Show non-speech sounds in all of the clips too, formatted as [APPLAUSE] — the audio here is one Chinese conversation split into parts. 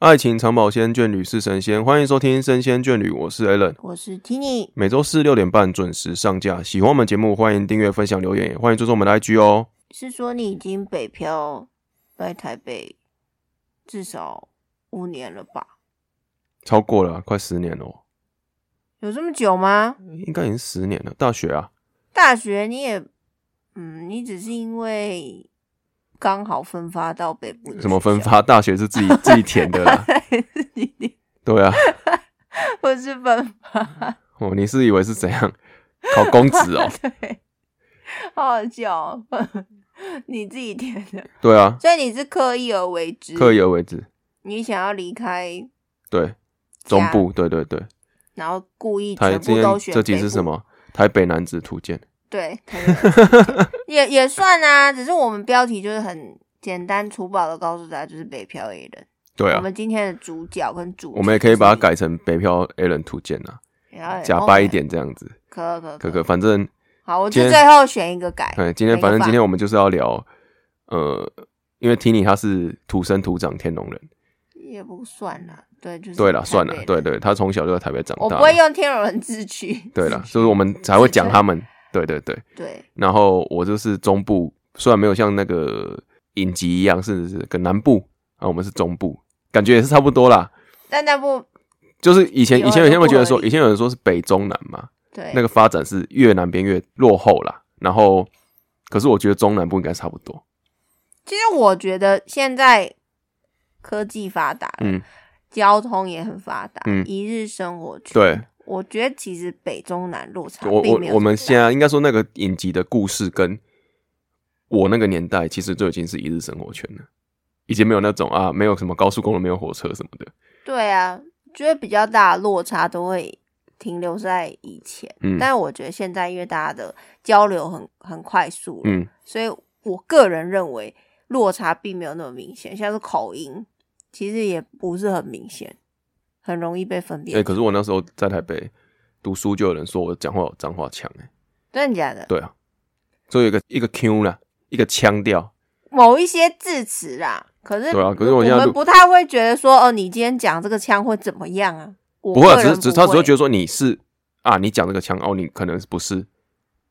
爱情长保鲜，眷侣是神仙。欢迎收听《神仙眷侣》，我是 a l n 我是 Tini，每周四六点半准时上架。喜欢我们节目，欢迎订阅、分享、留言，也欢迎追踪我们的 IG 哦。是说你已经北漂来台北至少五年了吧？超过了，快十年了哦，有这么久吗？应该已经十年了。大学啊，大学你也，嗯，你只是因为刚好分发到北部的什么学校分？发？大学是 [LAUGHS] 自己自己填的啦。是你你对啊，不是分发，哦，你是以为是怎样考公职 [LAUGHS] 哦？对，好好笑哦、 [LAUGHS] 你自己填的，对啊，所以你是刻意而为之，刻意而为之。你想要离开对，中家，部，对对对。然后故意台全今部天都选这集北是部什么？台北男子图鉴。对， [LAUGHS] 可以 [LAUGHS] 也也算啊，只是我们标题就是很简单粗暴的告诉大家，就是北漂 A 人。对我啊，们今天的主角跟主，我们也可以把它，改成北漂 A 人图鉴啊。然后假掰一，哦点这样子，可可可可可，反正，好，我今就天最后选一个改。哎，今天没个反正今法天我们就是要聊，呃，因为 Tini 他是土生土长天龙人，也不算啦，对，就是对了，台算北了，人对，对，他从小就在台北长我大不的，会用天龙人自取， [LAUGHS] 对了，就是我们才会讲他们，对对对， [LAUGHS] 对，然后我就是中部，虽然没有像那个影集一样是是跟南部啊，我们是中部，感觉也是差不多啦。但那部就是以前有以前有些人会觉得有说，不合理以前有人说是北中南嘛，对那个发展是越南边越落后啦。然后，可是我觉得中南部应该差不多，其实我觉得现在科技发达，嗯，交通也很发达，嗯一日生活圈，对。我觉得其实北中南落差我并我没有我们这么现大在应该说那个影集的故事跟我那个年代其实就已经是一日生活圈了，已经没有那种啊没有什么高速公路、没有火车什么的。对啊，觉得比较大的落差都会停留在以前，嗯但我觉得现在因为大家的交流很很快速了，嗯，所以我个人认为落差并没有那么明显，像是口音其实也不是很明显，很容易被分哎、辨。可是我那时候在台北读书，就有人说我讲话有脏话腔、欸，哎，真的假的？对啊，所以有一个一个 Q 啦，一个腔调，某一些字词啦，可是对啊可是我我现在们录不太会觉得说哦，你今天讲这个腔会怎么样啊？我不会啊，个只人是只是他只会觉得得说你是啊，你讲这个腔哦，你可能不是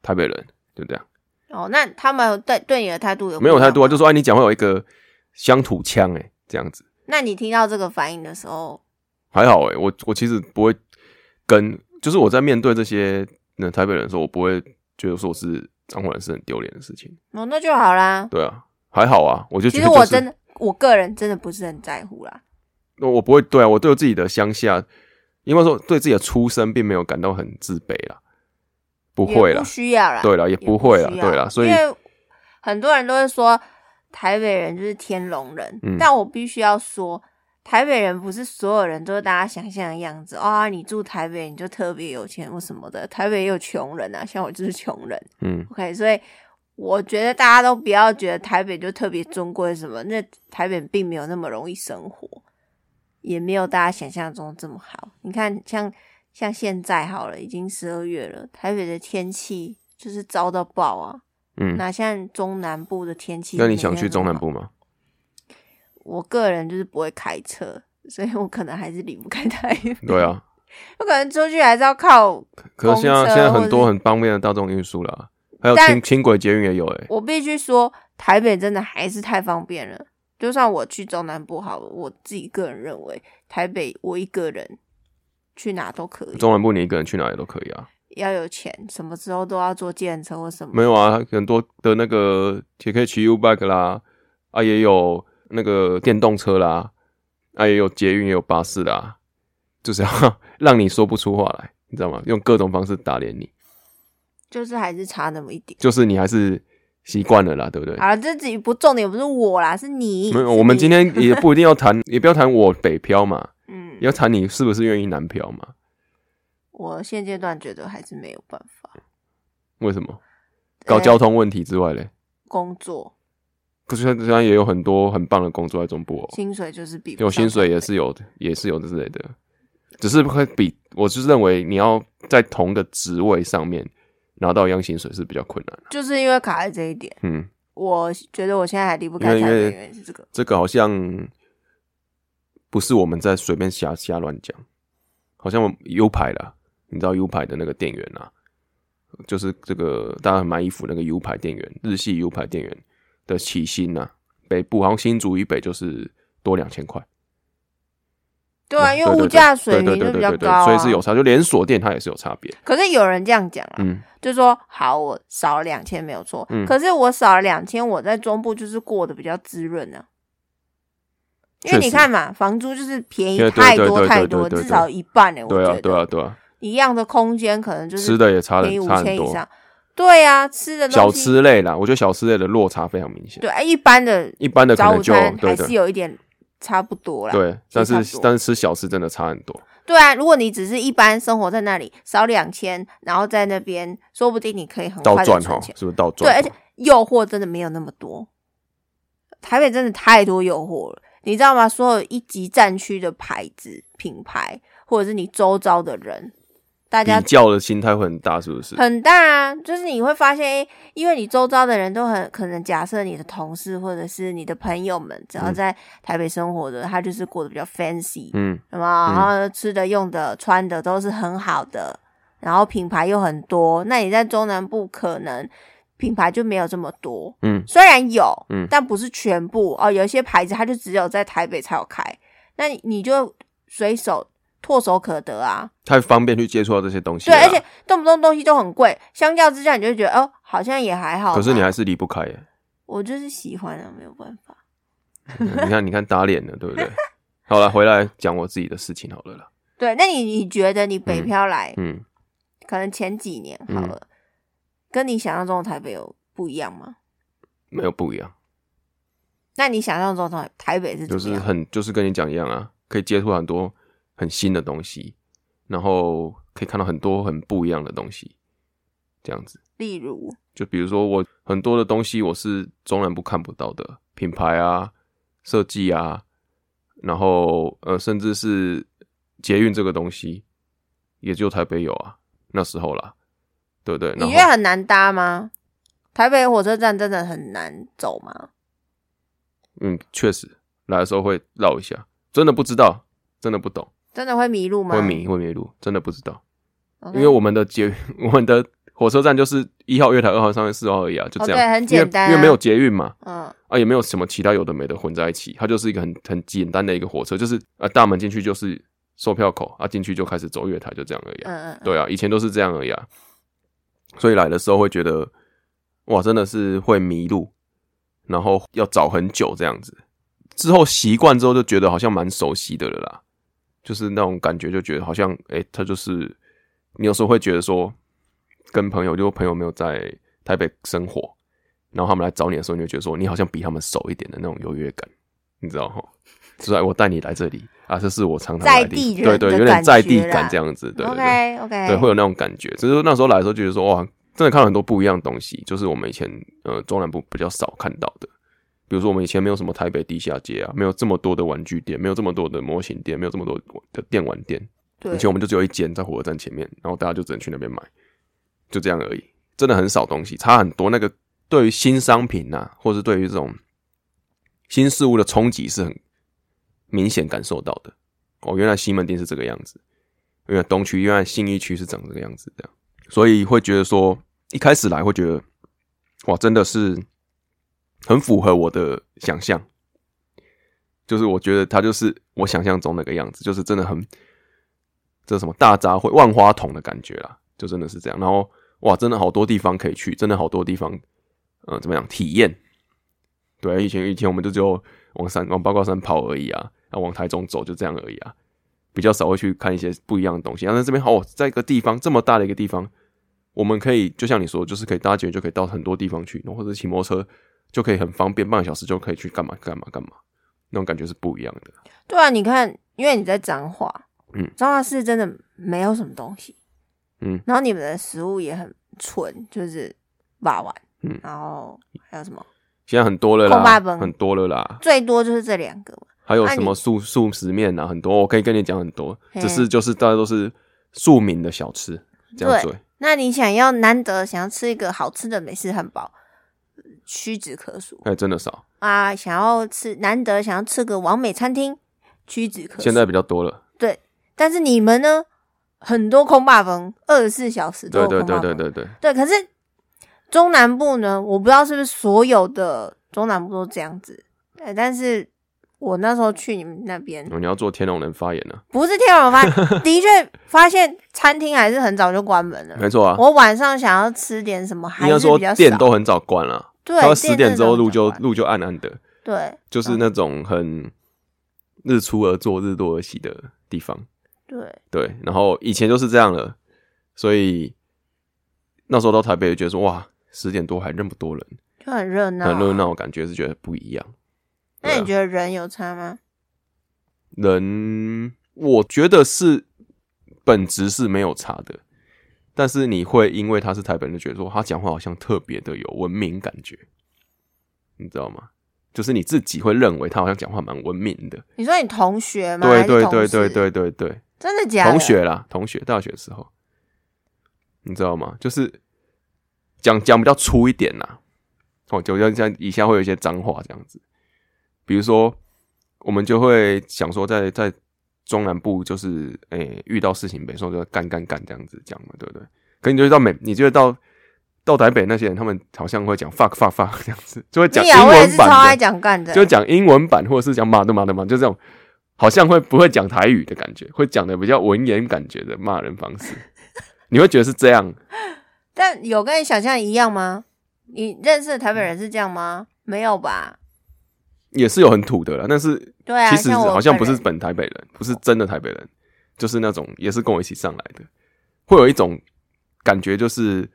台北人，就这样，哦，那他们对对你的态度有啊没有不一太样多、啊，吗就说啊，你讲话有一个乡土腔、欸，哎，这样子。那你听到这个反应的时候，还好诶、我我其实不会跟，就是我在面对这些那台北人的时候，我不会觉得说是彰化人是很丢脸的事情。哦，那就好啦。对啊，还好啊，我就觉得、其实就是、我真的，我个人真的不是很在乎啦。我，我不会对啊，我对我自己的乡下，因为说对自己的出身并没有感到很自卑啦，不会也啦不，需要啦，对啦，也不不会啦，需要对啦，所以因为很多人都会说台北人就是天龙人，嗯但我必须要说，台北人不是所有人都是大家想象的样子啊、你住台北你就特别有钱或什么的，台北也有穷人啊，像我就是穷人。嗯， OK，所以我觉得大家都不要觉得台北就特别尊贵什么，那台北并没有那么容易生活，也没有大家想象中这么好。你看，像像现在好了，已经十二月了，台北的天气就是糟到爆啊！嗯哪像中南部的天气？那你想去中南？部吗？我个人就是不会开车，所以我可能还是离不开台北。对，啊，我可能出去还是要靠可是现在公车现在很或多者很方便的大众运输啦，还有但轻轻轨捷运也有诶、欸我必须说，台北真的还是太方便了。就算我去中南部好了，我自己个人认为，台北我一个人去哪都可以，中南部你一个人去哪里都可以啊。要有钱，什么时候都要坐电车或什么。没有啊，很多的那个也可以骑 U bike 啦，啊也有那个电动车啦，啊也有捷运也有巴士啦，就是要让你说不出话来，你知道吗？用各种方式打脸你，就是还是差那么一点。就是你还是习惯了啦，对不对？好了，这己不重点不是我啦，是啊你。没有，是我们你 [LAUGHS] 今天也不一定要谈，也不要谈我北漂嘛，嗯也，要谈你是不是愿意南漂嘛？我现阶段觉得还是没有办法为什么？搞呃交通问题之外嘞，工作，可是现在也有很多很棒的工作在中部哦。薪水就是比不有上薪水台也北是有的，也是有之类的，只是会比我是认为你要在同个职位上面拿到一样薪水是比较困难的。就是因为卡在这一点，嗯，我觉得我现在还离不因开为台因北为原因是这个。这个好像不是我们在随便瞎瞎乱讲。好像我 U 牌啦，你知道 U 牌的那个店员啊，就是这个大家买衣服那个 U 牌店员，日系 U 牌店员的起薪呐、北部好像新竹以北就是多两千块。对啊，嗯因为物价水对对平就对比较对对高、啊，所以是有。差，就连锁店它也是有差别。可是有人这样讲啊，嗯，就说好，我少了两千没有错，嗯可是我少了两千，我在中部就是过得比较滋润啊。因为确实你看嘛，房租就是便宜对对太对多对太对多，对对至少一半欸呢、我对觉啊得，对啊对啊，一样的空间可能就是吃的也差便宜很五差千很以多。上。对啊，吃的小东西吃类啦，我觉得小吃类的落差非常明显。对，哎一般的一般的可早午能就餐还对是对有一点差不多啦。对，但差不是多但是吃小吃真的差很多。对啊，如果你只是一般生活在那里，少两千，然后在那边，说不定你可以很倒哦快的转存哈，钱。是不是倒对，转？而且诱惑真的没有那么多。台北真的太多诱惑了，你知道吗？所有一级战区的牌子、品牌，或者是你周遭的人，大家比较的心态会很大，是不是？很大啊，就是你会发现，诶，因为你周遭的人都很可能，假设你的同事或者是你的朋友们，只要在台北生活的，他就是过得比较 fancy，嗯，什么，然后吃的、用的、穿的都是很好的，然后品牌又很多。那你在中南部可能品牌就没有这么多，嗯虽然有，嗯但不是全部哦。有一些牌子它就只有在台北才有开，那你你就随手唾手可得啊，太方便去接触到这些东西对，了啦。而且动不动东西都很贵，相较之下，你就会觉得哦，好像也还好嘛。可是你还是离不开耶。我就是喜欢啊，没有办法。嗯你看，你看打脸了，对不 [LAUGHS] 对？好了，回来讲我自己的事情好了啦。对，那你你觉得你北漂来，嗯，可能前几年好了，跟你想象中的台北有不一样吗？没有不一样，那你想象中的台台北是怎就么是样？很就是跟你讲一样啊，可以接触很多很新的东西，然后可以看到很多很不一样的东西，这样子。例如，就比如说我很多的东西我是中南部看不到的，品牌啊、设计啊，然后呃，甚至是捷运这个东西，也只有台北有啊，那时候啦，对不对？然你觉得后很难搭吗？台北火车站真的很难走吗？嗯，确实来的时候会绕一下，真的不知道，真的不懂，真的会迷路吗？会迷会迷路，真的不知道， OK，因为我们的捷 [LAUGHS] 我们的火车站就是一号月台、二号、三号、四号而已啊，就这哦对样，很简单啊因为因为没有捷运嘛，嗯，啊，也没有什么其他有的没的混在一起，它就是一个很很简单的一个火车，就是啊大门进去就是售票口啊，进去就开始走月台，就这样而已、嗯啊。嗯嗯，对啊，以前都是这样而已啊。所以来的时候会觉得，哇，真的是会迷路，然后要找很久这样子。之后习惯之后就觉得好像蛮熟悉的了啦，就是那种感觉，就觉得好像哎、诶他就是你有时候会觉得说，跟朋友，就朋友没有在台北生活，然后他们来找你的时候，你就觉得说你好像比他们熟一点的那种优越感，你知道哈？就是哎我带你来这里啊，这是我常常来的地在地人方对对，的有点在地感觉啦感这样子，对对对。嗯 OK OK，对，会有那种感觉。只是那时候来的时候，觉得说哇，真的看到很多不一样的东西，就是我们以前呃中南部比较少看到的。比如说我们以前没有什么台北地下街啊，没有这么多的玩具店，没有这么多的模型店，没有这么多的电玩店。对以前我们就只有一间在火车站前面，然后大家就只能去那边买，就这样而已。真的很少东西，差很多。那个对于新商品呐、啊或是对于这种新事物的冲击是很明显感受到的。哦，原来西门町是这个样子，原来东区、原来信义区是长这个样子，这样，所以会觉得说，一开始来会觉得，哇，真的是很符合我的想象，就是我觉得它就是我想象中那个样子，就是真的很，这是什么大杂烩、万花筒的感觉啦，就真的是这样。然后哇，真的好多地方可以去，真的好多地方，嗯、怎么样体验？对，以前以前我们就只有往山往八卦山跑而已啊，啊往台中走就这样而已啊，比较少会去看一些不一样的东西。但是这边哦，在一个地方这么大的一个地方，我们可以就像你说，就是可以搭捷运就可以到很多地方去，然后或者骑摩托车就可以很方便，半个小时就可以去干嘛干嘛干嘛，那种感觉是不一样的。对啊，你看，因为你在彰化，嗯彰化市真的没有什么东西，嗯，然后你们的食物也很纯，就是霸碗，嗯然后还有什么？现在很多了空巴啦，本很多了啦，最多就是这两个嘛，还有那什你么素素食面啊，很多我可以跟你讲很多，嘿只是就是大家都是庶民的小吃这样对嘴，那你想要难得想要吃一个好吃的美式汉堡，屈指可数哎、真的少。啊！想要吃难得想要吃个完美餐厅，屈指可数。现在比较多了。但是你们呢，很多空霸房，二十四小时都对有对空霸对房。对对对，对，可是中南部呢，我不知道是不是所有的中南部都这样子。对，但是我那时候去你们那边，哦你要做天龙人发言啊了、不是天龙 [LAUGHS] 发现，的确发现餐厅还是很早就关门了。没错啊。嗯我晚上想要吃点什么，还应该是说比较店少。都很早关了，对，到十点之后路就店真的很早关嗯路就暗暗的，对就是那种很日出而作、日落而息的地方。对对，然后以前就是这样了，所以那时候到台北就觉得说，哇，十点多还那么多人，就很热闹，啊很热。闹，感觉是觉得不一样。那对啊你觉得人有差吗？人，我觉得是本质是没有差的，但是你会因为他是台北人，就觉得说他讲话好像特别的有文明感觉，你知道吗？就是你自己会认为他好像讲话蛮文明的，你说你同学吗？对还是对同对对事，对对对，真的假的？同学啦，同学，大学的时候，你知道吗？就是讲讲比较粗一点啦，哦，就像像以下会有一些脏话这样子，比如说我们就会想说在，在中南部就是诶、遇到事情，比如说就干干干这样子讲嘛，对不对？可你就会到美，你就会到到台北那些人，他们好像会讲 fuck fuck fuck 这样子，就会讲你英啊，我也是文超版爱的，讲干的，就讲英文版或者是讲马的马的马，就这种好像会不会讲台语的感觉，会讲的比较文言感觉的骂人方 [LAUGHS] 式，你会觉得是这样，但有跟你想象一样吗？你认识的台北人是这样吗？没有吧？也是有很土的啦，但是对啊，其实像我好像不是本人本台北人，不是真的台北人，就是那种也是跟我一起上来的，会有一种感觉，就是，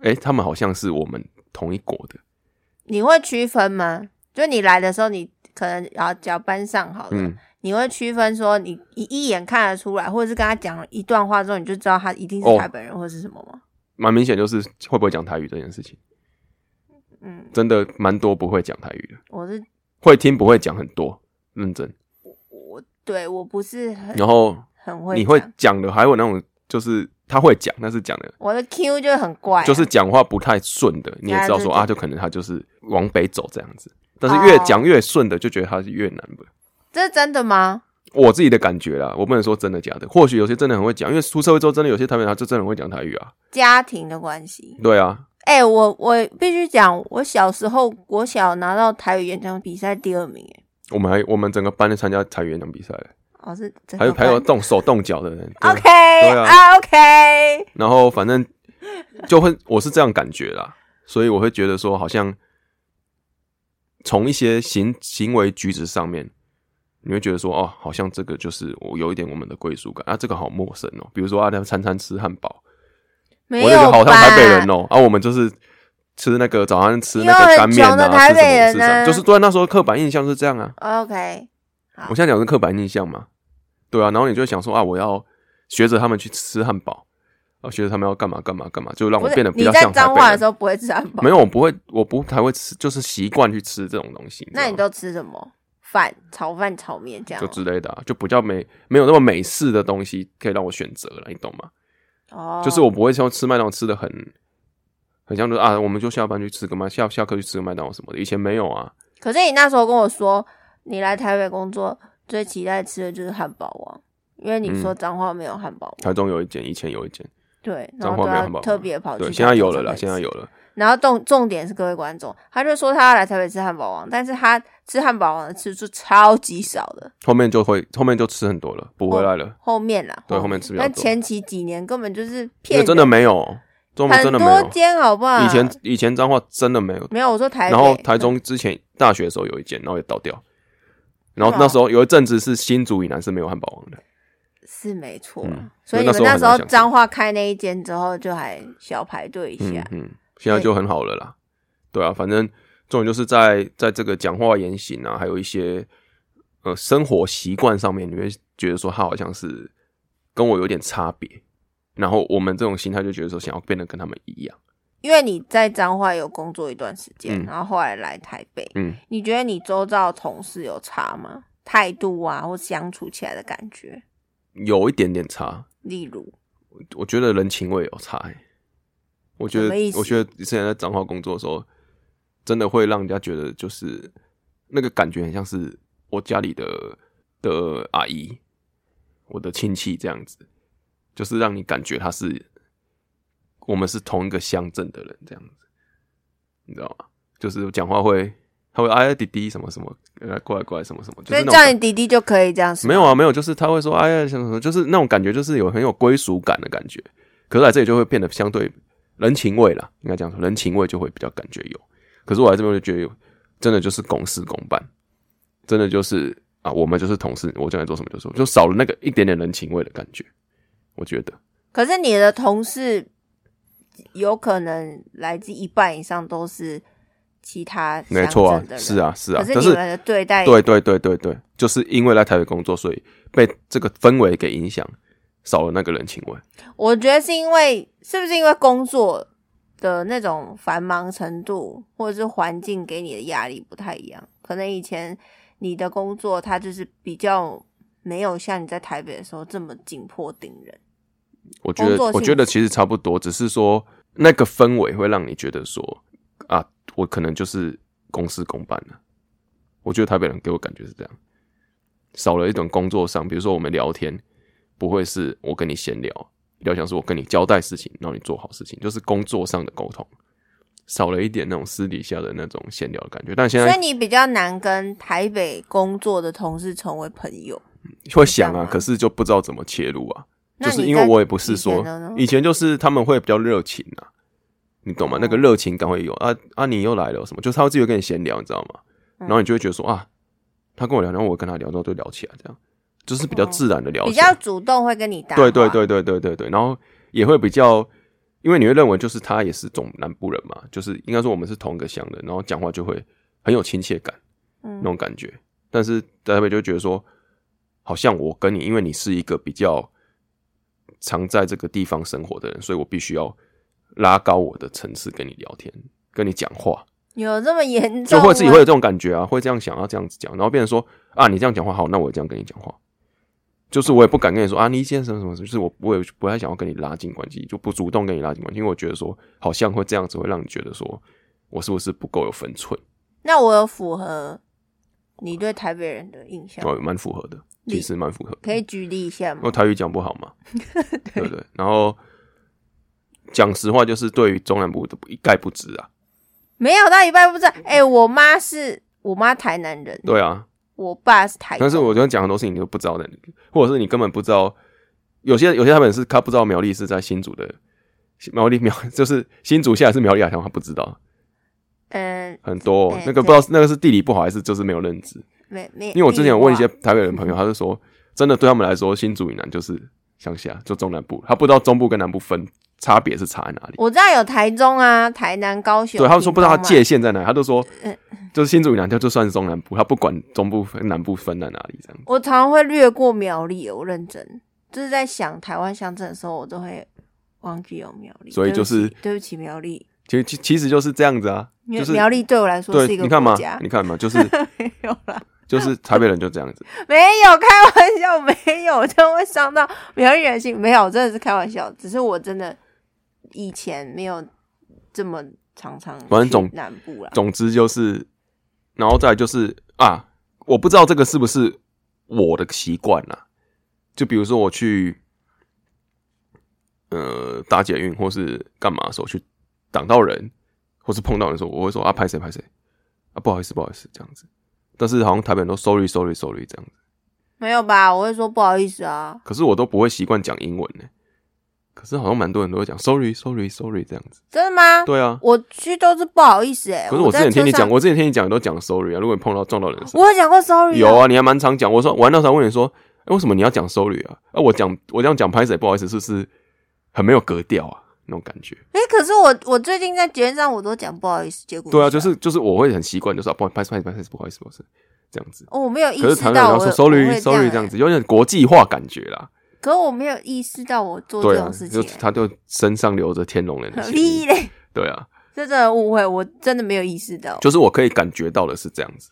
哎、他们好像是我们同一国的，你会区分吗？就你来的时候，你可能啊，讲班上好了，嗯，你会区分说你一一眼看得出来，或者是跟他讲了一段话之后，你就知道他一定哦是台北人或是什么吗？蛮明显就是会不会讲台语这件事情，嗯，真的蛮多不会讲台语的，我是会听不会讲很多，认真，我对我不是很然后很会，你会，讲的还有那种就是他会讲，但是讲的我的 Q 就很怪啊、就是讲话不太顺的，你也知道说啊啊，对哦就可能他就是往北走这样子。但是越讲越顺的，就觉得他是越南的。这是真的吗？我自己的感觉啦，我不能说真的假的。或许有些真的很会讲，因为出社会之后，真的有些台湾人他就真的很会讲台语啊。家庭的关系，对啊，哎、我我必须讲，我小时候国小拿到台语演讲比赛第二名、哎，我们还我们整个班就参加台语演讲比赛了，哦，是整还有个还有班动手动脚的人。对 OK 啊啊 OK，然后反正就会，我是这样感觉啦，所以我会觉得说，好像从一些行行为举止上面，你会觉得说，哦，好像这个就是我有一点我们的归属感啊，这个好陌生哦。比如说啊，他们餐餐吃汉堡，没我就觉得有好像台北人吧哦，啊，我们就是吃那个早上吃那个干面又很穷的啊，台吃什北么人吃什么，啊就是对啊那时候刻板印象是这样啊。 OK，好我现在讲的是刻板印象嘛，对啊，然后你就会想说啊，我要学着他们去吃汉堡，啊，学着他们要干嘛干嘛干嘛，就让不我是变得比你较在像台脏北话的人时。候不会吃汉堡，没有，我不会，我不太会吃，就是习惯去吃这种东西。那你知道吗都吃什么？饭、炒饭、炒面这样哦就之类的、啊，就比较美，没有那么美式的东西可以让我选择了，你懂吗？哦，就是我不会像吃麦当劳吃的很，很像就是啊，我们就下班去吃个麦，下下课去吃个麦当劳什么的，以前没有啊。可是你那时候跟我说，你来台北工作最期待吃的就是汉堡王，因为你说嗯彰化没有汉堡王，台中有一间，以前有一间，对，然彰后化都没有要汉堡王特别哦跑去。对，现在有了啦，现在有。了。然后重重点是各位观众，他就说他要来台北吃汉堡王，但是他吃汉堡王的次数超级少的，后面就会，后面就吃很多了，补哦回来了。后面啦，对后面吃比较多但前期几年根本就是因为骗人，真的没有，中文很真的没有多。间好不好？以前以前彰化真的没有，没有，我说台北，然后台中之前大学的时候有一间，然后也倒掉。然后是啊那时候有一阵子是新竹以南是没有汉堡王的，是没错啊、嗯所所以以你那们时候那很时候难想象彰化开那一间之后，就还小排队一嗯下，嗯，现在就很好了啦。对啊，反正重点就是在在这个讲话言行啊，还有一些呃生活习惯上面，你会觉得说他好像是跟我有点差别，然后我们这种心态就觉得说想要变得跟他们一样，因为你在彰化有工作一段时间，嗯然后后来来台北，嗯，你觉得你周遭的同事有差吗？态度啊，或相处起来的感觉，有一点点差，例如我觉得人情味有差、欸。我觉什得么意，思我觉得之前在彰化工作的时候，真的会让人家觉得就是那个感觉很像是我家里的的阿姨，我的亲戚这样子，就是让你感觉他是我们是同一个乡镇的人这样子，你知道吗？就是讲话会，他会哎弟弟什么什么，呃过来过来什么什么，就所是以那种叫感你弟弟就可以这样子。没有啊没有，就是他会说哎呀什么什么，就是那种感觉，就是有很有归属感的感觉。可是来这里就会变得相对人情味啦，应该讲说人情味就会比较感觉有。可是我来这边就觉得有，真的就是公事公办，真的就是啊，我们就是同事，我叫你做什么就做，就少了那个一点点人情味的感觉。我觉得可是你的同事有可能来自一半以上都是其他乡没错啊镇的，人是。啊是啊，可但是是你们的对待对对对对对，就是因为来台北工作，所以被这个氛围给影响，少了那个人情味。我觉得是因为是不是因为工作的那种繁忙程度，或者是环境给你的压力不太一样？可能以前你的工作它就是比较没有像你在台北的时候这么紧迫盯人。我觉工得作，我性觉得其实差不多，只是说那个氛围会让你觉得说啊，我可能就是公事公办了。我觉得台北人给我感觉是这样，少了一种工作上，比如说我们聊天，不会是我跟你闲聊，比较像是我跟你交代事情，让你做好事情，就是工作上的沟通，少了一点那种私底下的那种闲聊的感觉。但现所以在你比较难跟台北工作的同事成为朋友。会想这啊，样吗可是就不知道怎么切入啊。那就你是因为在我也不是以说前的呢，以前就是他们会比较热情啊，你懂吗哦？那个热情感会有啊啊，你又来了什么？就是他会自己会跟你闲聊，你知道吗？然嗯后你就会觉得说啊，他跟我聊，然后我跟他聊，然后就聊起来，这样就是比较哦自然的聊比起来，较主动会跟你搭话。对对对对对对对，然后也会比较，因为你会认为就是他也是总南部人嘛，就是应该说我们是同一个乡的，然后讲话就会很有亲切感。嗯那种感觉。但是在台北就会觉得说，好像我跟你，因为你是一个比较常在这个地方生活的人，所以我必须要拉高我的层次跟你聊天，跟你讲话，有这么严重就吗？会自己会有这种感觉啊，会这样想要这样子讲，然后变成说啊，你这样讲话好，那我也这样跟你讲话。就是我也不敢跟你说啊，你意见什么什么，就是我我也不太想要跟你拉近关系，就不主动跟你拉近关系，因为我觉得说好像会这样子会让你觉得说我是不是不够有分寸，那我有符合你对台北人的印象吗，哦，蛮符合的，其实蛮符合的。可以举例一下吗因为？台语讲不好嘛，对不对？然后讲实话，就是对于中南部的一概不知啊。没有到一半不知道。哎、我妈是我妈台南人，对啊，我爸是台中，但是我觉得讲很多事情你都不知道的，或者是你根本不知道。有些有些他们是他不知道苗栗是在新竹的，苗栗苗就是新竹下来是苗栗海峡，他不知道嗯，很多、哦哎那个不知道是那个是地理不好还是就是没有认知。没没，因为我之前有没问一些台北人朋友，他就说，真的对他们来说，新竹以南就是乡下，就中南部，他不知道中部跟南部分差别是差在哪里。我知道有台中啊、台南、高雄，对，他们说不知道他屏东嘛呃界限在哪，他就说就是新竹以南就就算是中南部，他不管中部分南部分在哪里这样。我常常会略过苗栗，我认真就是在想台湾乡镇的时候，我都会忘记有苗栗，所以对不就是起对不起苗栗，其实其其实就是这样子啊，因就为是苗栗对我来说是对，一个你看嘛国家，，你看嘛，就是 [LAUGHS] 没有啦，就是台北人就这样子，没有开玩笑，没有，我真的会伤到苗栗人的心，没有，真的是开玩笑，只是我真的以前没有这么常常反正去总南部啦，总之就是，然后再来就是啊，我不知道这个是不是我的习惯啦。就比如说我去呃打捷运或是干嘛的时候去挡到人，或是碰到人的时候，我会说啊拍谁拍谁啊不好意思不好意思这样子。但是好像台北人都 sorry sorry sorry 这样子，没有吧？我会说不好意思啊，可是我都不会习惯讲英文呢、可是好像蛮多人都会讲 sorry sorry sorry 这样子。真的吗？对啊，我去都是不好意思哎、可是我之前在听你车上讲，，我之前听你讲你都讲 sorry 啊。如果你碰到撞到人的时候。我有讲过 sorry，有哦，啊，你还蛮常讲。我说玩到时候问你说，哎、为什么你要讲收率啊？啊，我讲我这样讲拍谁不好意思，是不是很没有格调啊？那种感觉。哎、可是我我最近在节目上我都讲不好意思，结果对啊，不就是是就是我会很习惯，就是啊，不好意思，拍谁拍谁不好意思，不好意思，这样子。哦，我没有意可是识台湾人到要我说我 sorry 会 sorry 欸这样子，有点国际化感觉啦。可是我没有意识到我做对这啊种，事情就欸、他就身上流着天龙 [LAUGHS] 人的血屁液。嘞，对啊，这真的误会，我真的没有意识到。就是我可以感觉到的是这样子。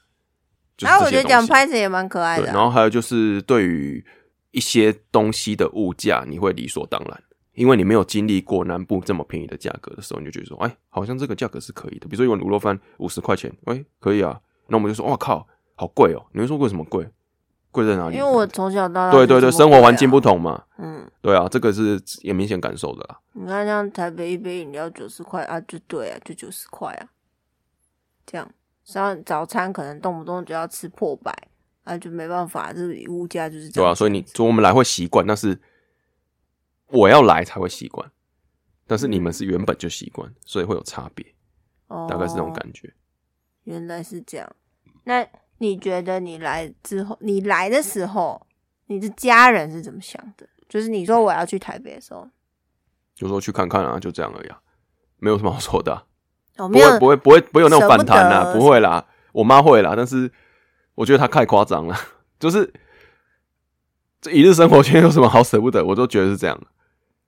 就是然后这我些觉得东讲西拍子也蛮可爱对，的然啊、后还有就是对于一些东西的物价，你会理所当然，因为你没有经历过南部这么便宜的价格的时候，你就觉得说，哎，好像这个价格是可以的。比如说一碗卤肉饭五十块钱，哎，可以啊。那我们就说，哇靠，好贵哦！你会说为什么贵？贵在哪里？因为我从小到大对对对，生活环境不同，同嘛，嗯，对啊，这个是也明显感受的啦。你看像台北一杯饮料九十块啊，就对啊，就九十块啊，这样，像早餐可能动不动就要吃破百，啊，就没办法，这物价就是这对啊，样。所以你说我们来会习惯，但是我要来才会习惯，但是你们是原本就习惯，所以会有差别，大概是这种觉。感觉。哦原来是这样，那你觉得你来之后，你来的时候，你的家人是怎么想的？就是你说我要去台北的时候，有时候去看看啊，就这样而已、啊，没有什么好说的 [LAUGHS] 啊、不我哦没会有不会不会不会有那种反弹舍啦，不得不会啦，我妈会啦，但是我觉得她太夸张了， [LAUGHS] 就是这一日生活圈有什么好舍不得，我都觉得是这样。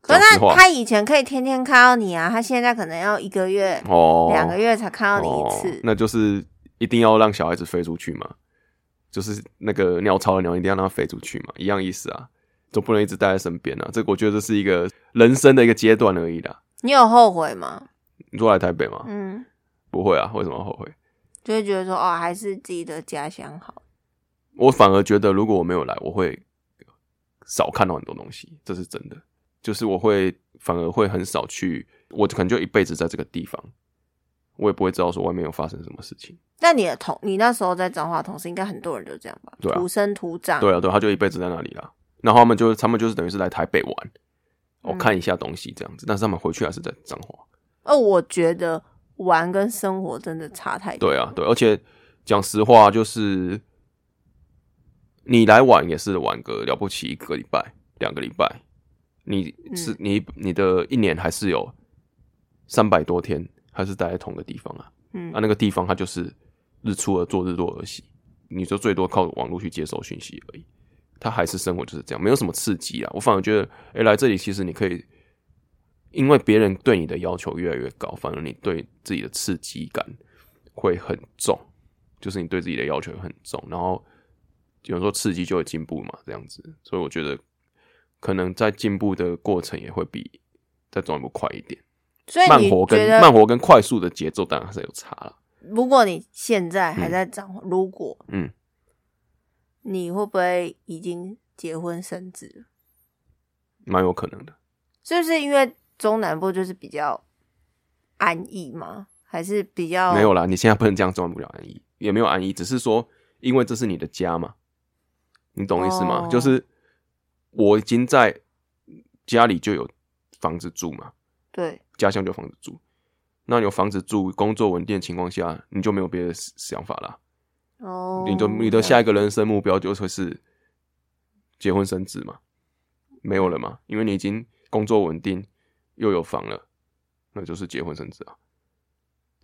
可是讲实他话他以前可以天天看到你啊，他现在可能要一个月、哦，两个月才看到你一哦次。那就是一定要让小孩子飞出去嘛，就是那个鸟巢的鸟一定要让它飞出去嘛，一样意思啊，总不能一直待在身边啊。这个我觉得这是一个人生的一个阶段而已啦。你有后悔吗？你说来台北吗？嗯，不会啊，为什么要后悔？就会觉得说哦，还是自己的家乡好。我反而觉得如果我没有来，我会少看到很多东西，这是真的。就是我会反而会很少去，我可能就一辈子在这个地方，我也不会知道说外面有发生什么事情。那你的同，你那时候在彰化同事，应该很多人都这样吧？对啊土生土长。对啊，对啊，他就一辈子在那里啦。然后他们就他们就是等于是来台北玩，我、嗯看一下东西这样子，但是他们回去还是在彰化。哦，我觉得玩跟生活真的差太多。对啊，对，而且讲实话，就是你来晚也是晚个了不起一个礼拜、两个礼拜，你是、嗯你你的一年还是有三百多天，还是待在同个地方啊？嗯啊，那个地方它就是日出而作，日落而息，你就最多靠网络去接收讯息而已。它还是生活就是这样，没有什么刺激啊。我反而觉得，哎、来这里其实你可以，因为别人对你的要求越来越高，反而你对自己的刺激感会很重，就是你对自己的要求很重，然后有时候刺激就会进步嘛，这样子。所以我觉得，可能在进步的过程也会比在中部快一点。所以慢你活觉跟得慢活跟快速的节奏当然还是有差了。如果你现在还在彰化，如果嗯，你会不会已经结婚生子了？蛮有可能的。是不是因为中南部就是比较安逸吗？还是比较没有啦，你现在不能这样装不了安逸，也没有安逸，只是说因为这是你的家嘛，你懂意思吗？哦就是我已经在家里就有房子住嘛，对家乡就有房子住。那有房子住、工作稳定的情况下，你就没有别的想法啦。哦？你的你的下一个人生目标就会是结婚生子嘛？没有了嘛？因为你已经工作稳定，又有房了，那就是结婚生子啊。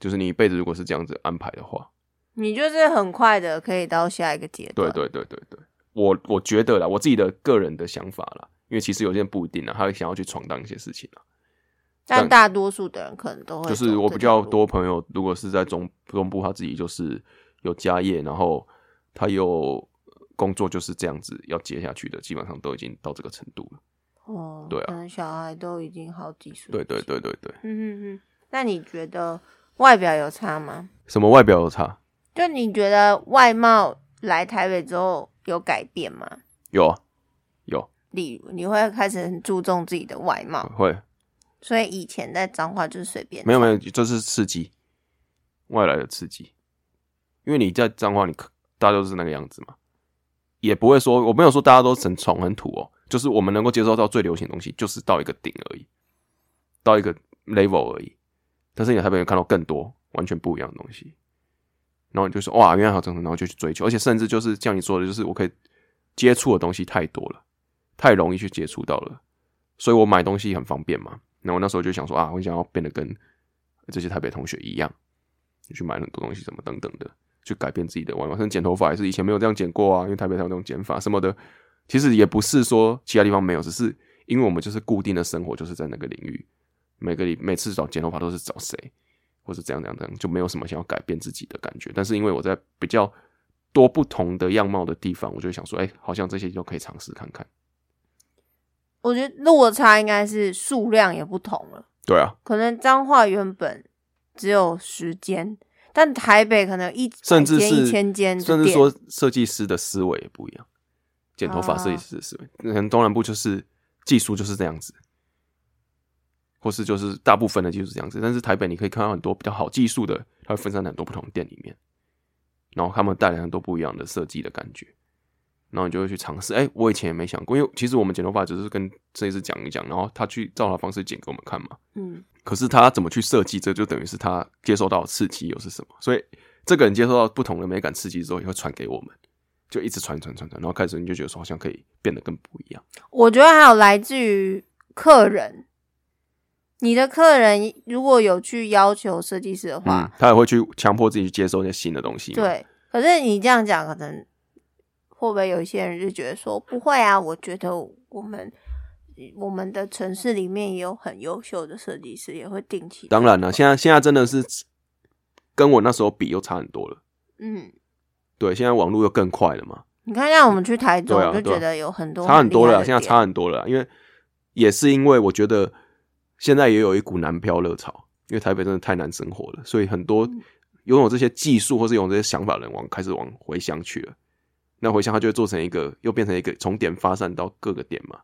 就是你一辈子如果是这样子安排的话，你就是很快的可以到下一个阶对对段。对对对，我我觉得啦，我自己的个人的想法啦，因为其实有些人不一定啊，他想要去闯荡一些事情啊。但但大多数的人可能都会就走是这我比较条路多朋友，如果是在中中部，他自己就是有家业，然后他有工作，就是这样子要接下去的，基本上都已经到这个程度了。哦，对啊可能小孩都已经好几岁。对对，对对对，嗯嗯嗯。那你觉得外表有差吗？什么外表有差？就你觉得外貌来台北之后有改变吗？有啊，有例如你会开始很注重自己的外貌，会所以以前在彰化就是随便没有没有有，这是刺激，外来的刺激，因为你在彰化，你可大家都是那个样子嘛，也不会说我没有说大家都很宠很土哦，就是我们能够接受到最流行的东西，就是到一个顶而已，到一个 level 而已。但是你在台北有看到更多完全不一样的东西，然后你就说哇，原来还有这种，然后就去追求，而且甚至就是像你说的，就是我可以接触的东西太多了，太容易去接触到了，所以我买东西很方便嘛。那我那时候就想说啊，我想要变得跟这些台北同学一样，去买很多东西什么等等的，去改变自己的外貌，甚至剪头发也是以前没有这样剪过啊，因为台北才有这种剪法什么的。其实也不是说其他地方没有，只是因为我们就是固定的生活就是在那个领域，每个礼每次找剪头发都是找谁，或是怎样怎样怎样，就没有什么想要改变自己的感觉。但是因为我在比较多不同的样貌的地方，我就想说，哎、好像这些就可以尝试看看。我觉得落差应该是数量也不同了，对啊，可能彰化原本只有十间，但台北可能有一甚至是一千间的甚至店，说设计师的思维也不一样。剪头发哦设计师思维，可能东南部就是技术就是这样子，或是就是大部分的技术是这样子。但是台北你可以看到很多比较好技术的，它会分散在很多不同的店里面，然后他们带来很多不一样的设计的感觉。然后你就会去尝试。哎、我以前也没想过，因为其实我们剪头发只是跟设计师讲一讲，然后他去照他的方式剪给我们看嘛。嗯，可是他怎么去设计，这就等于是他接受到的刺激又是什么？所以这个人接受到不同的美感刺激之后，也会传给我们，就一直传传传传，然后开始你就觉得说好像可以变得更不一样。我觉得还有来自于客人，你的客人如果有去要求设计师的话，嗯，他也会去强迫自己去接受一些新的东西。，对，可是你这样讲，可能会不会有一些人就觉得说不会啊？我觉得我们我们的城市里面也有很优秀的设计师，也会定期。当然了，，现在现在真的是跟我那时候比又差很多了。嗯，对，现在网络又更快了嘛，你看像我们去台中，对啊我就对啊觉得有很多差很多厉了啦，害的现在店差很多了啊啦，因为也是因为我觉得现在也有一股南漂热潮，因为台北真的太难生活了，所以很多嗯拥有这些技术或是拥有这些想法的人往开始往回乡去了。那回乡它就会做成一个，又变成一个从点发散到各个点嘛，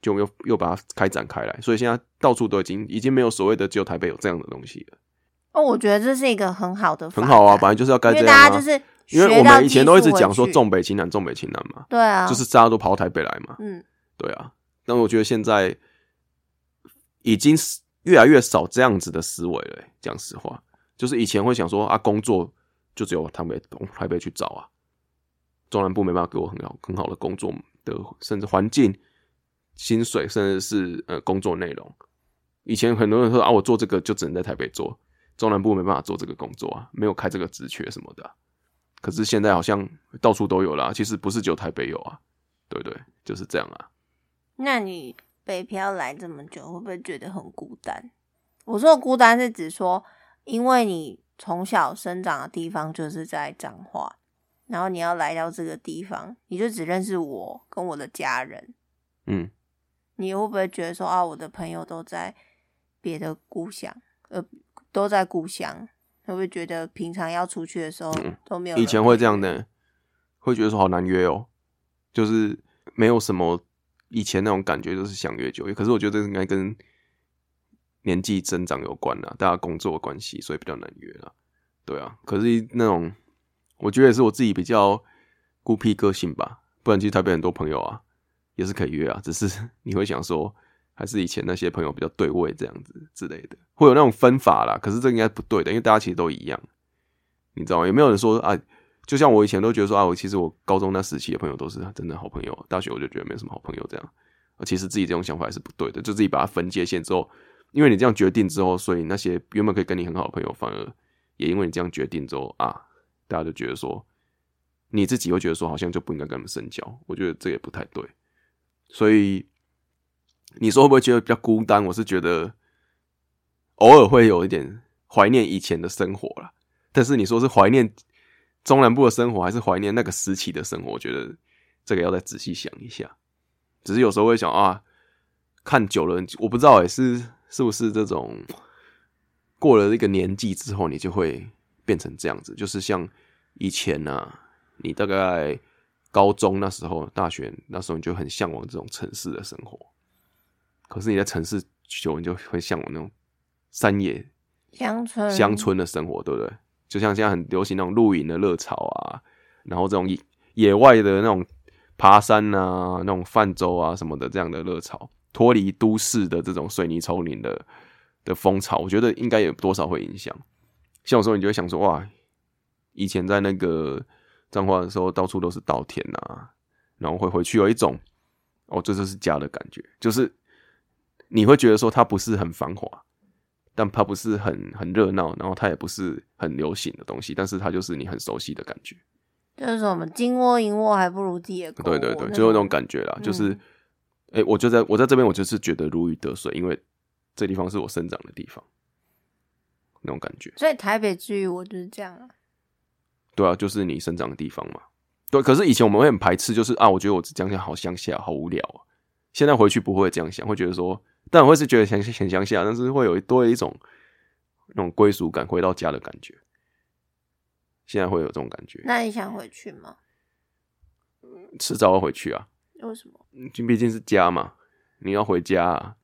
就又又把它开展开来，所以现在到处都已经已经没有所谓的只有台北有这样的东西了，哦，我觉得这是一个很好的发很展，好啊，本来就是要该因这为样大家啊，就是因为学我到们以前技都一术直回讲说去重北轻南，重北轻南嘛，对啊，就是大家都跑台北来嘛，嗯对啊，但我觉得现在已经是越来越少这样子的思维了欸、讲实话，就是以前会想说啊，工作就只有台北台北去找啊，中南部没办法给我很好很好的工作的，甚至环境、薪水，甚至是呃工作内容。以前很多人说啊，我做这个就只能在台北做，中南部没办法做这个工作啊，没有开这个职缺什么的啊、可是现在好像到处都有啦，其实不是只有台北有啊，对不对？就是这样啊。那你北漂来这么久，会不会觉得很孤单？我说的孤单是指说，因为你从小生长的地方就是在彰化，然后你要来到这个地方，你就只认识我跟我的家人，嗯，你会不会觉得说啊，我的朋友都在别的故乡，呃，都在故乡，会不会觉得平常要出去的时候都没有嗯人？以前会这样的，欸会觉得说好难约哦，就是没有什么以前那种感觉，就是想约就约。可是我觉得这应该跟年纪增长有关啦，大家工作的关系，所以比较难约啦。对啊，可是那种我觉得也是我自己比较孤僻个性吧，不然其实台北很多朋友啊也是可以约啊，只是 [LAUGHS] 你会想说。还是以前那些朋友比较对位这样子之类的，会有那种分法啦。可是这应该不对的，因为大家其实都一样。你知道吗？也没有人说啊，就像我以前都觉得说啊，我其实我高中那时期的朋友都是真的好朋友，大学我就觉得没有什么好朋友这样。啊其实自己这种想法也是不对的，就自己把它分界线之后，因为你这样决定之后，所以那些原本可以跟你很好的朋友，反而也因为你这样决定之后啊，大家就觉得说你自己会觉得说好像就不应该跟他们深交，我觉得这也不太对。所以你说会不会觉得比较孤单？我是觉得偶尔会有一点怀念以前的生活啦。但是你说是怀念中南部的生活，还是怀念那个时期的生活？我觉得这个要再仔细想一下。只是有时候会想啊，看久了，我不知道也欸是是不是这种过了一个年纪之后，你就会变成这样子。就是像以前呢、啊，你大概高中那时候、大学那时候，你就很向往这种城市的生活。可是你在城市久，你就会向往那种山野乡村，乡，村的生活，对不对？就像现在很流行那种露营的热潮啊，然后这种野野外的那种爬山啊、那种泛舟啊什么的这样的热潮，脱离都市的这种水泥丛林的的风潮，我觉得应该有多少会影响。像有时候你就会想说，哇，以前在那个彰化的时候，到处都是稻田啊，然后会回去有一种，哦，这就是家的感觉，就是你会觉得说它不是很繁华，但它不是很很热闹，然后它也不是很流行的东西，但是它就是你很熟悉的感觉。就是什么金窝银窝还不如自己的狗窝，对对对，就哦有那种感嗯觉啦，就是，哎、我就在我在这边，我就是觉得如鱼得水，因为这地方是我生长的地方，那种感觉。所以台北之于我就是这样啊。对啊，就是你生长的地方嘛。对，可是以前我们会很排斥，就是啊，我觉得我这样下好乡下，好无聊啊。现在回去不会这样想，会觉得说，但我会是觉得很很乡下，但是会有一多一种那种归属感，回到家的感觉。现在会有这种感觉，那你想回去吗？迟早要回去啊。为什么？嗯毕竟是家嘛，你要回家、啊。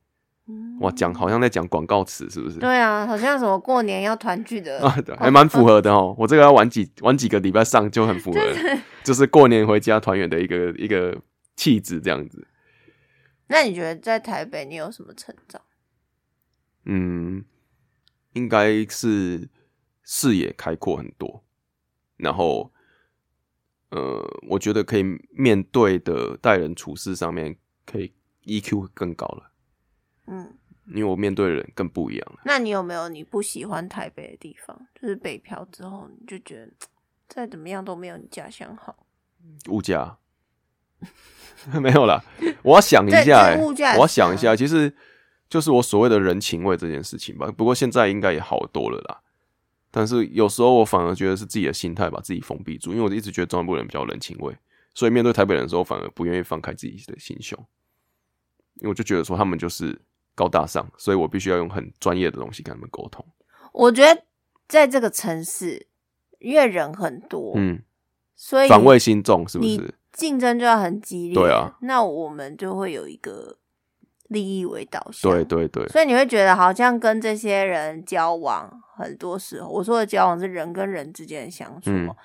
嗯哇，讲好像在讲广告词，是不是？对啊，好像什么过年要团聚 [LAUGHS] 的啊，对还蛮符合的哦。我这个要玩几玩几个礼拜上就很符合了，就是过年回家团圆的一个一个气质这样子。 [LAUGHS] 那你觉得在台北你有什么成长？嗯，应该是视野开阔很多，然后呃，我觉得可以面对的待人处事上面可以 EQ 会更高了，嗯，因为我面对的人更不一样了。那你有没有你不喜欢台北的地方？就是北漂之后你就觉得再怎么样都没有你家乡好。物价 [LAUGHS] 没有啦，我要想一对下、对欸，物价我要想一是啊下，其实就是我所谓的人情味这件事情吧。不过现在应该也好多了啦。但是有时候我反而觉得是自己的心态把自己封闭住，因为我一直觉得中南部人比较人情味，所以面对台北人的时候，反而不愿意放开自己的心胸，因为我就觉得说他们就是高大上，所以我必须要用很专业的东西跟他们沟通。我觉得在这个城市，因为人很多，嗯，所以防卫心重是不你是？竞争就要很激烈。对啊，那我们就会有一个利益为导向。对对对，所以你会觉得好像跟这些人交往，很多时候我说的交往是人跟人之间的相处嗯哦，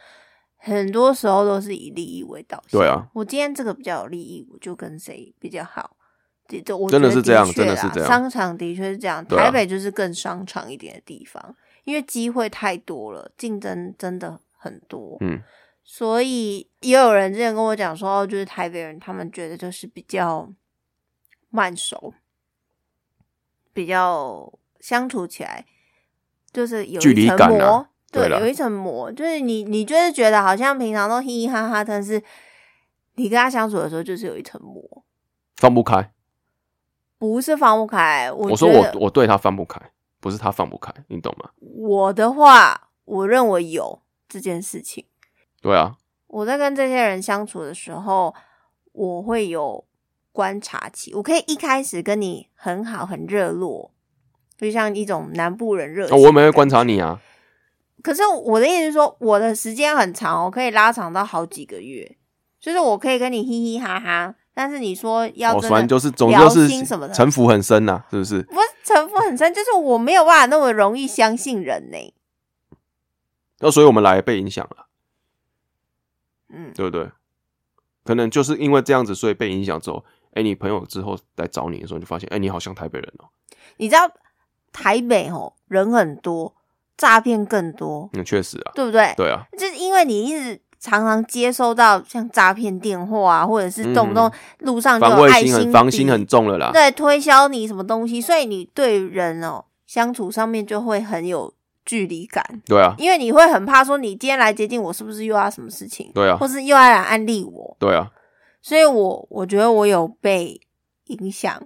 很多时候都是以利益为导向。对啊，我今天这个比较有利益，我就跟谁比较好。这这，我真的觉得是这样确真的啦是这样商场的确是这样，对啊台北就是更商场一点的地方，因为机会太多了，竞争真的很多。嗯，所以也有人之前跟我讲说，哦就是台北人他们觉得就是比较慢熟，比较相处起来就是有距离一层感啊膜，对，对啦有一层膜，就是你你就是觉得好像平常都嘻嘻哈哈，但是你跟他相处的时候就是有一层膜，放不开。不是放不开。我我说觉我得我对他放不开，不是他放不开，你懂吗？我的话，我认为有这件事情。对啊，我在跟这些人相处的时候，我会有观察期。我可以一开始跟你很好、很热络，就像一种南部人热情、哦、我们会观。察你啊，可是我的意思是说，我的时间很长哦，我可以拉长到好几个月，就是我可以跟你嘻嘻哈哈，但是你说哦，要真反正的、就是总聊就是心什么的城府很深呐、是不是？不是城府很深，就是我没有办法那么容易相信人呢、那所以我们来被影响了，嗯，对不对？可能就是因为这样子，所以被影响之后，哎，你朋友之后来找你的时候，你就发现，哎，你好像台北人哦，你知道台北哦人很多，诈骗更多，嗯，确实啊，对不对？对啊，就是因为你一直常常接收到像诈骗电话啊，或者是动不动路上嗯就防有卫爱心很笔防心很重了啦，对推销你什么东西，所以你对人哦相处上面就会很有距离感，对啊，因为你会很怕说你今天来接近我，是不是又要什么事情，对啊或，是又要来安利我，对啊，所以我我觉得我有被影响，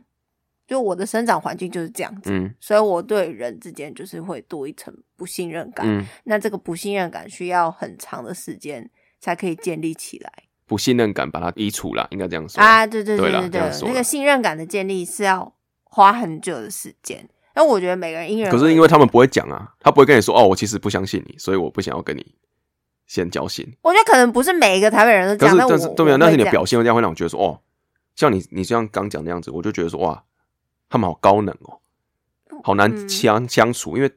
就我的生长环境就是这样子。嗯所以我对人之间就是会多一层不信任感，嗯，那这个不信任感需要很长的时间才可以建立起来不信任感把它移除啦，应该这样说啊！对对对啦对这对样说，啦那个信任感的建立是要花很久的时间。那我觉得每个人因人而异，可是因为他们不会讲啊，他不会跟你说哦，我其实不相信你，所以我不想要跟你先交心。我觉得可能不是每一个台北人都这但样，是但但是对啊，但是你的表表现会这样会让我觉得说哦，像你你像刚讲那样子，我就觉得说哇，他们好高冷哦，好难嗯相、相处，因为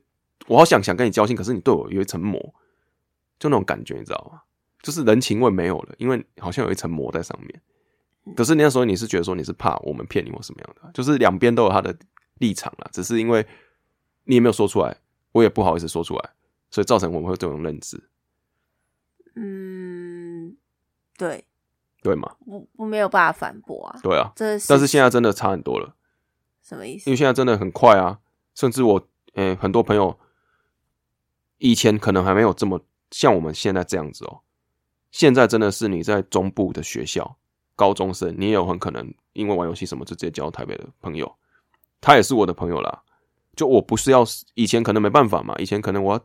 我好想想跟你交心，可是你对我有一层膜，就那种感觉，你知道吗？就是人情味没有了，因为好像有一层膜在上面。可是你那时候你是觉得说你是怕我们骗你或什么样的，就是两边都有他的立场啦，只是因为你也没有说出来，我也不好意思说出来，所以造成我们会有这种认知，嗯，对，对吗？我我没有办法反驳啊，对啊，这是但是现在真的差很多了。什么意思因为？现在真的很快啊，甚至我，诶、很多朋友以前可能还没有这么像我们现在这样子哦。现在真的是你在中部的学校，高中生，你也有很可能因为玩游戏什么就直接交台北的朋友，他也是我的朋友啦。就我不是要以前可能没办法嘛，以前可能我要，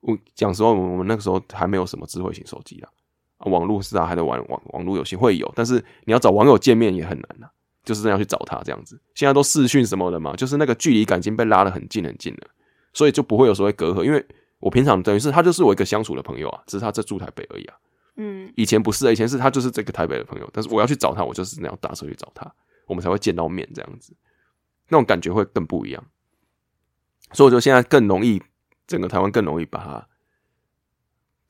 我讲实话，我们我们那个时候还没有什么智慧型手机啦，啊网络是啊还在玩网网络游戏会有，但是你要找网友见面也很难啊。就是真的要去找他这样子。现在都视讯什么的嘛，就是那个距离感已经被拉得很近很近了，所以就不会有所谓隔阂。因为我平常等于是他就是我一个相处的朋友啊，只是他在住台北而已啊。嗯以前不是，以前是他就是这个台北的朋友，但是我要去找他，我就是真的要搭车去找他，我们才会见到面这样子，那种感觉会更不一样。所以我觉得现在更容易，整个台湾更容易把它，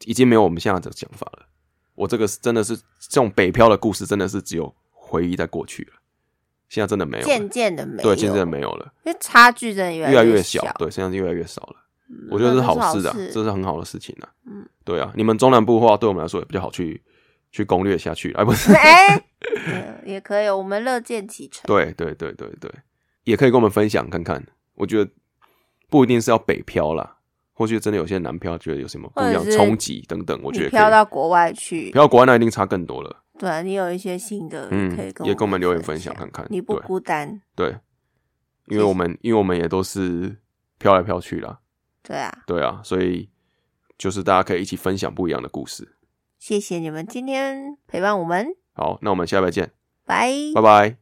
已经没有我们现在的想法了。我这个是真的是这种北漂的故事，真的是只有回忆在过去了，现在真的没有了，渐渐的没有，对，现在没有了，因为差距真的越越来越嗯越小，对，现在就越来越少了。我觉得那这是都好是事啊，事这是很好的事情啊。嗯，对啊，你们中南部的话，对我们来说也比较好去去攻略下去，哎，不是，哎、 [LAUGHS] 也也可以，我们乐见其成。对对对对对，也可以跟我们分享看看。我觉得不一定是要北漂啦，或许真的有些南漂觉得有什么不一样或者是冲击等等，我觉你得飘可以到国外去，飘到国外那一定差更多了。对啊你有一些新的，嗯可以跟也我跟我们留言分享享看看你不对孤单，对，因谢为谢我们因为我们也都是飘来飘去啦，对啊，对啊，所以就是大家可以一起分享不一样的故事。谢谢你们今天陪伴我们，好，那我们下礼拜见，拜拜拜。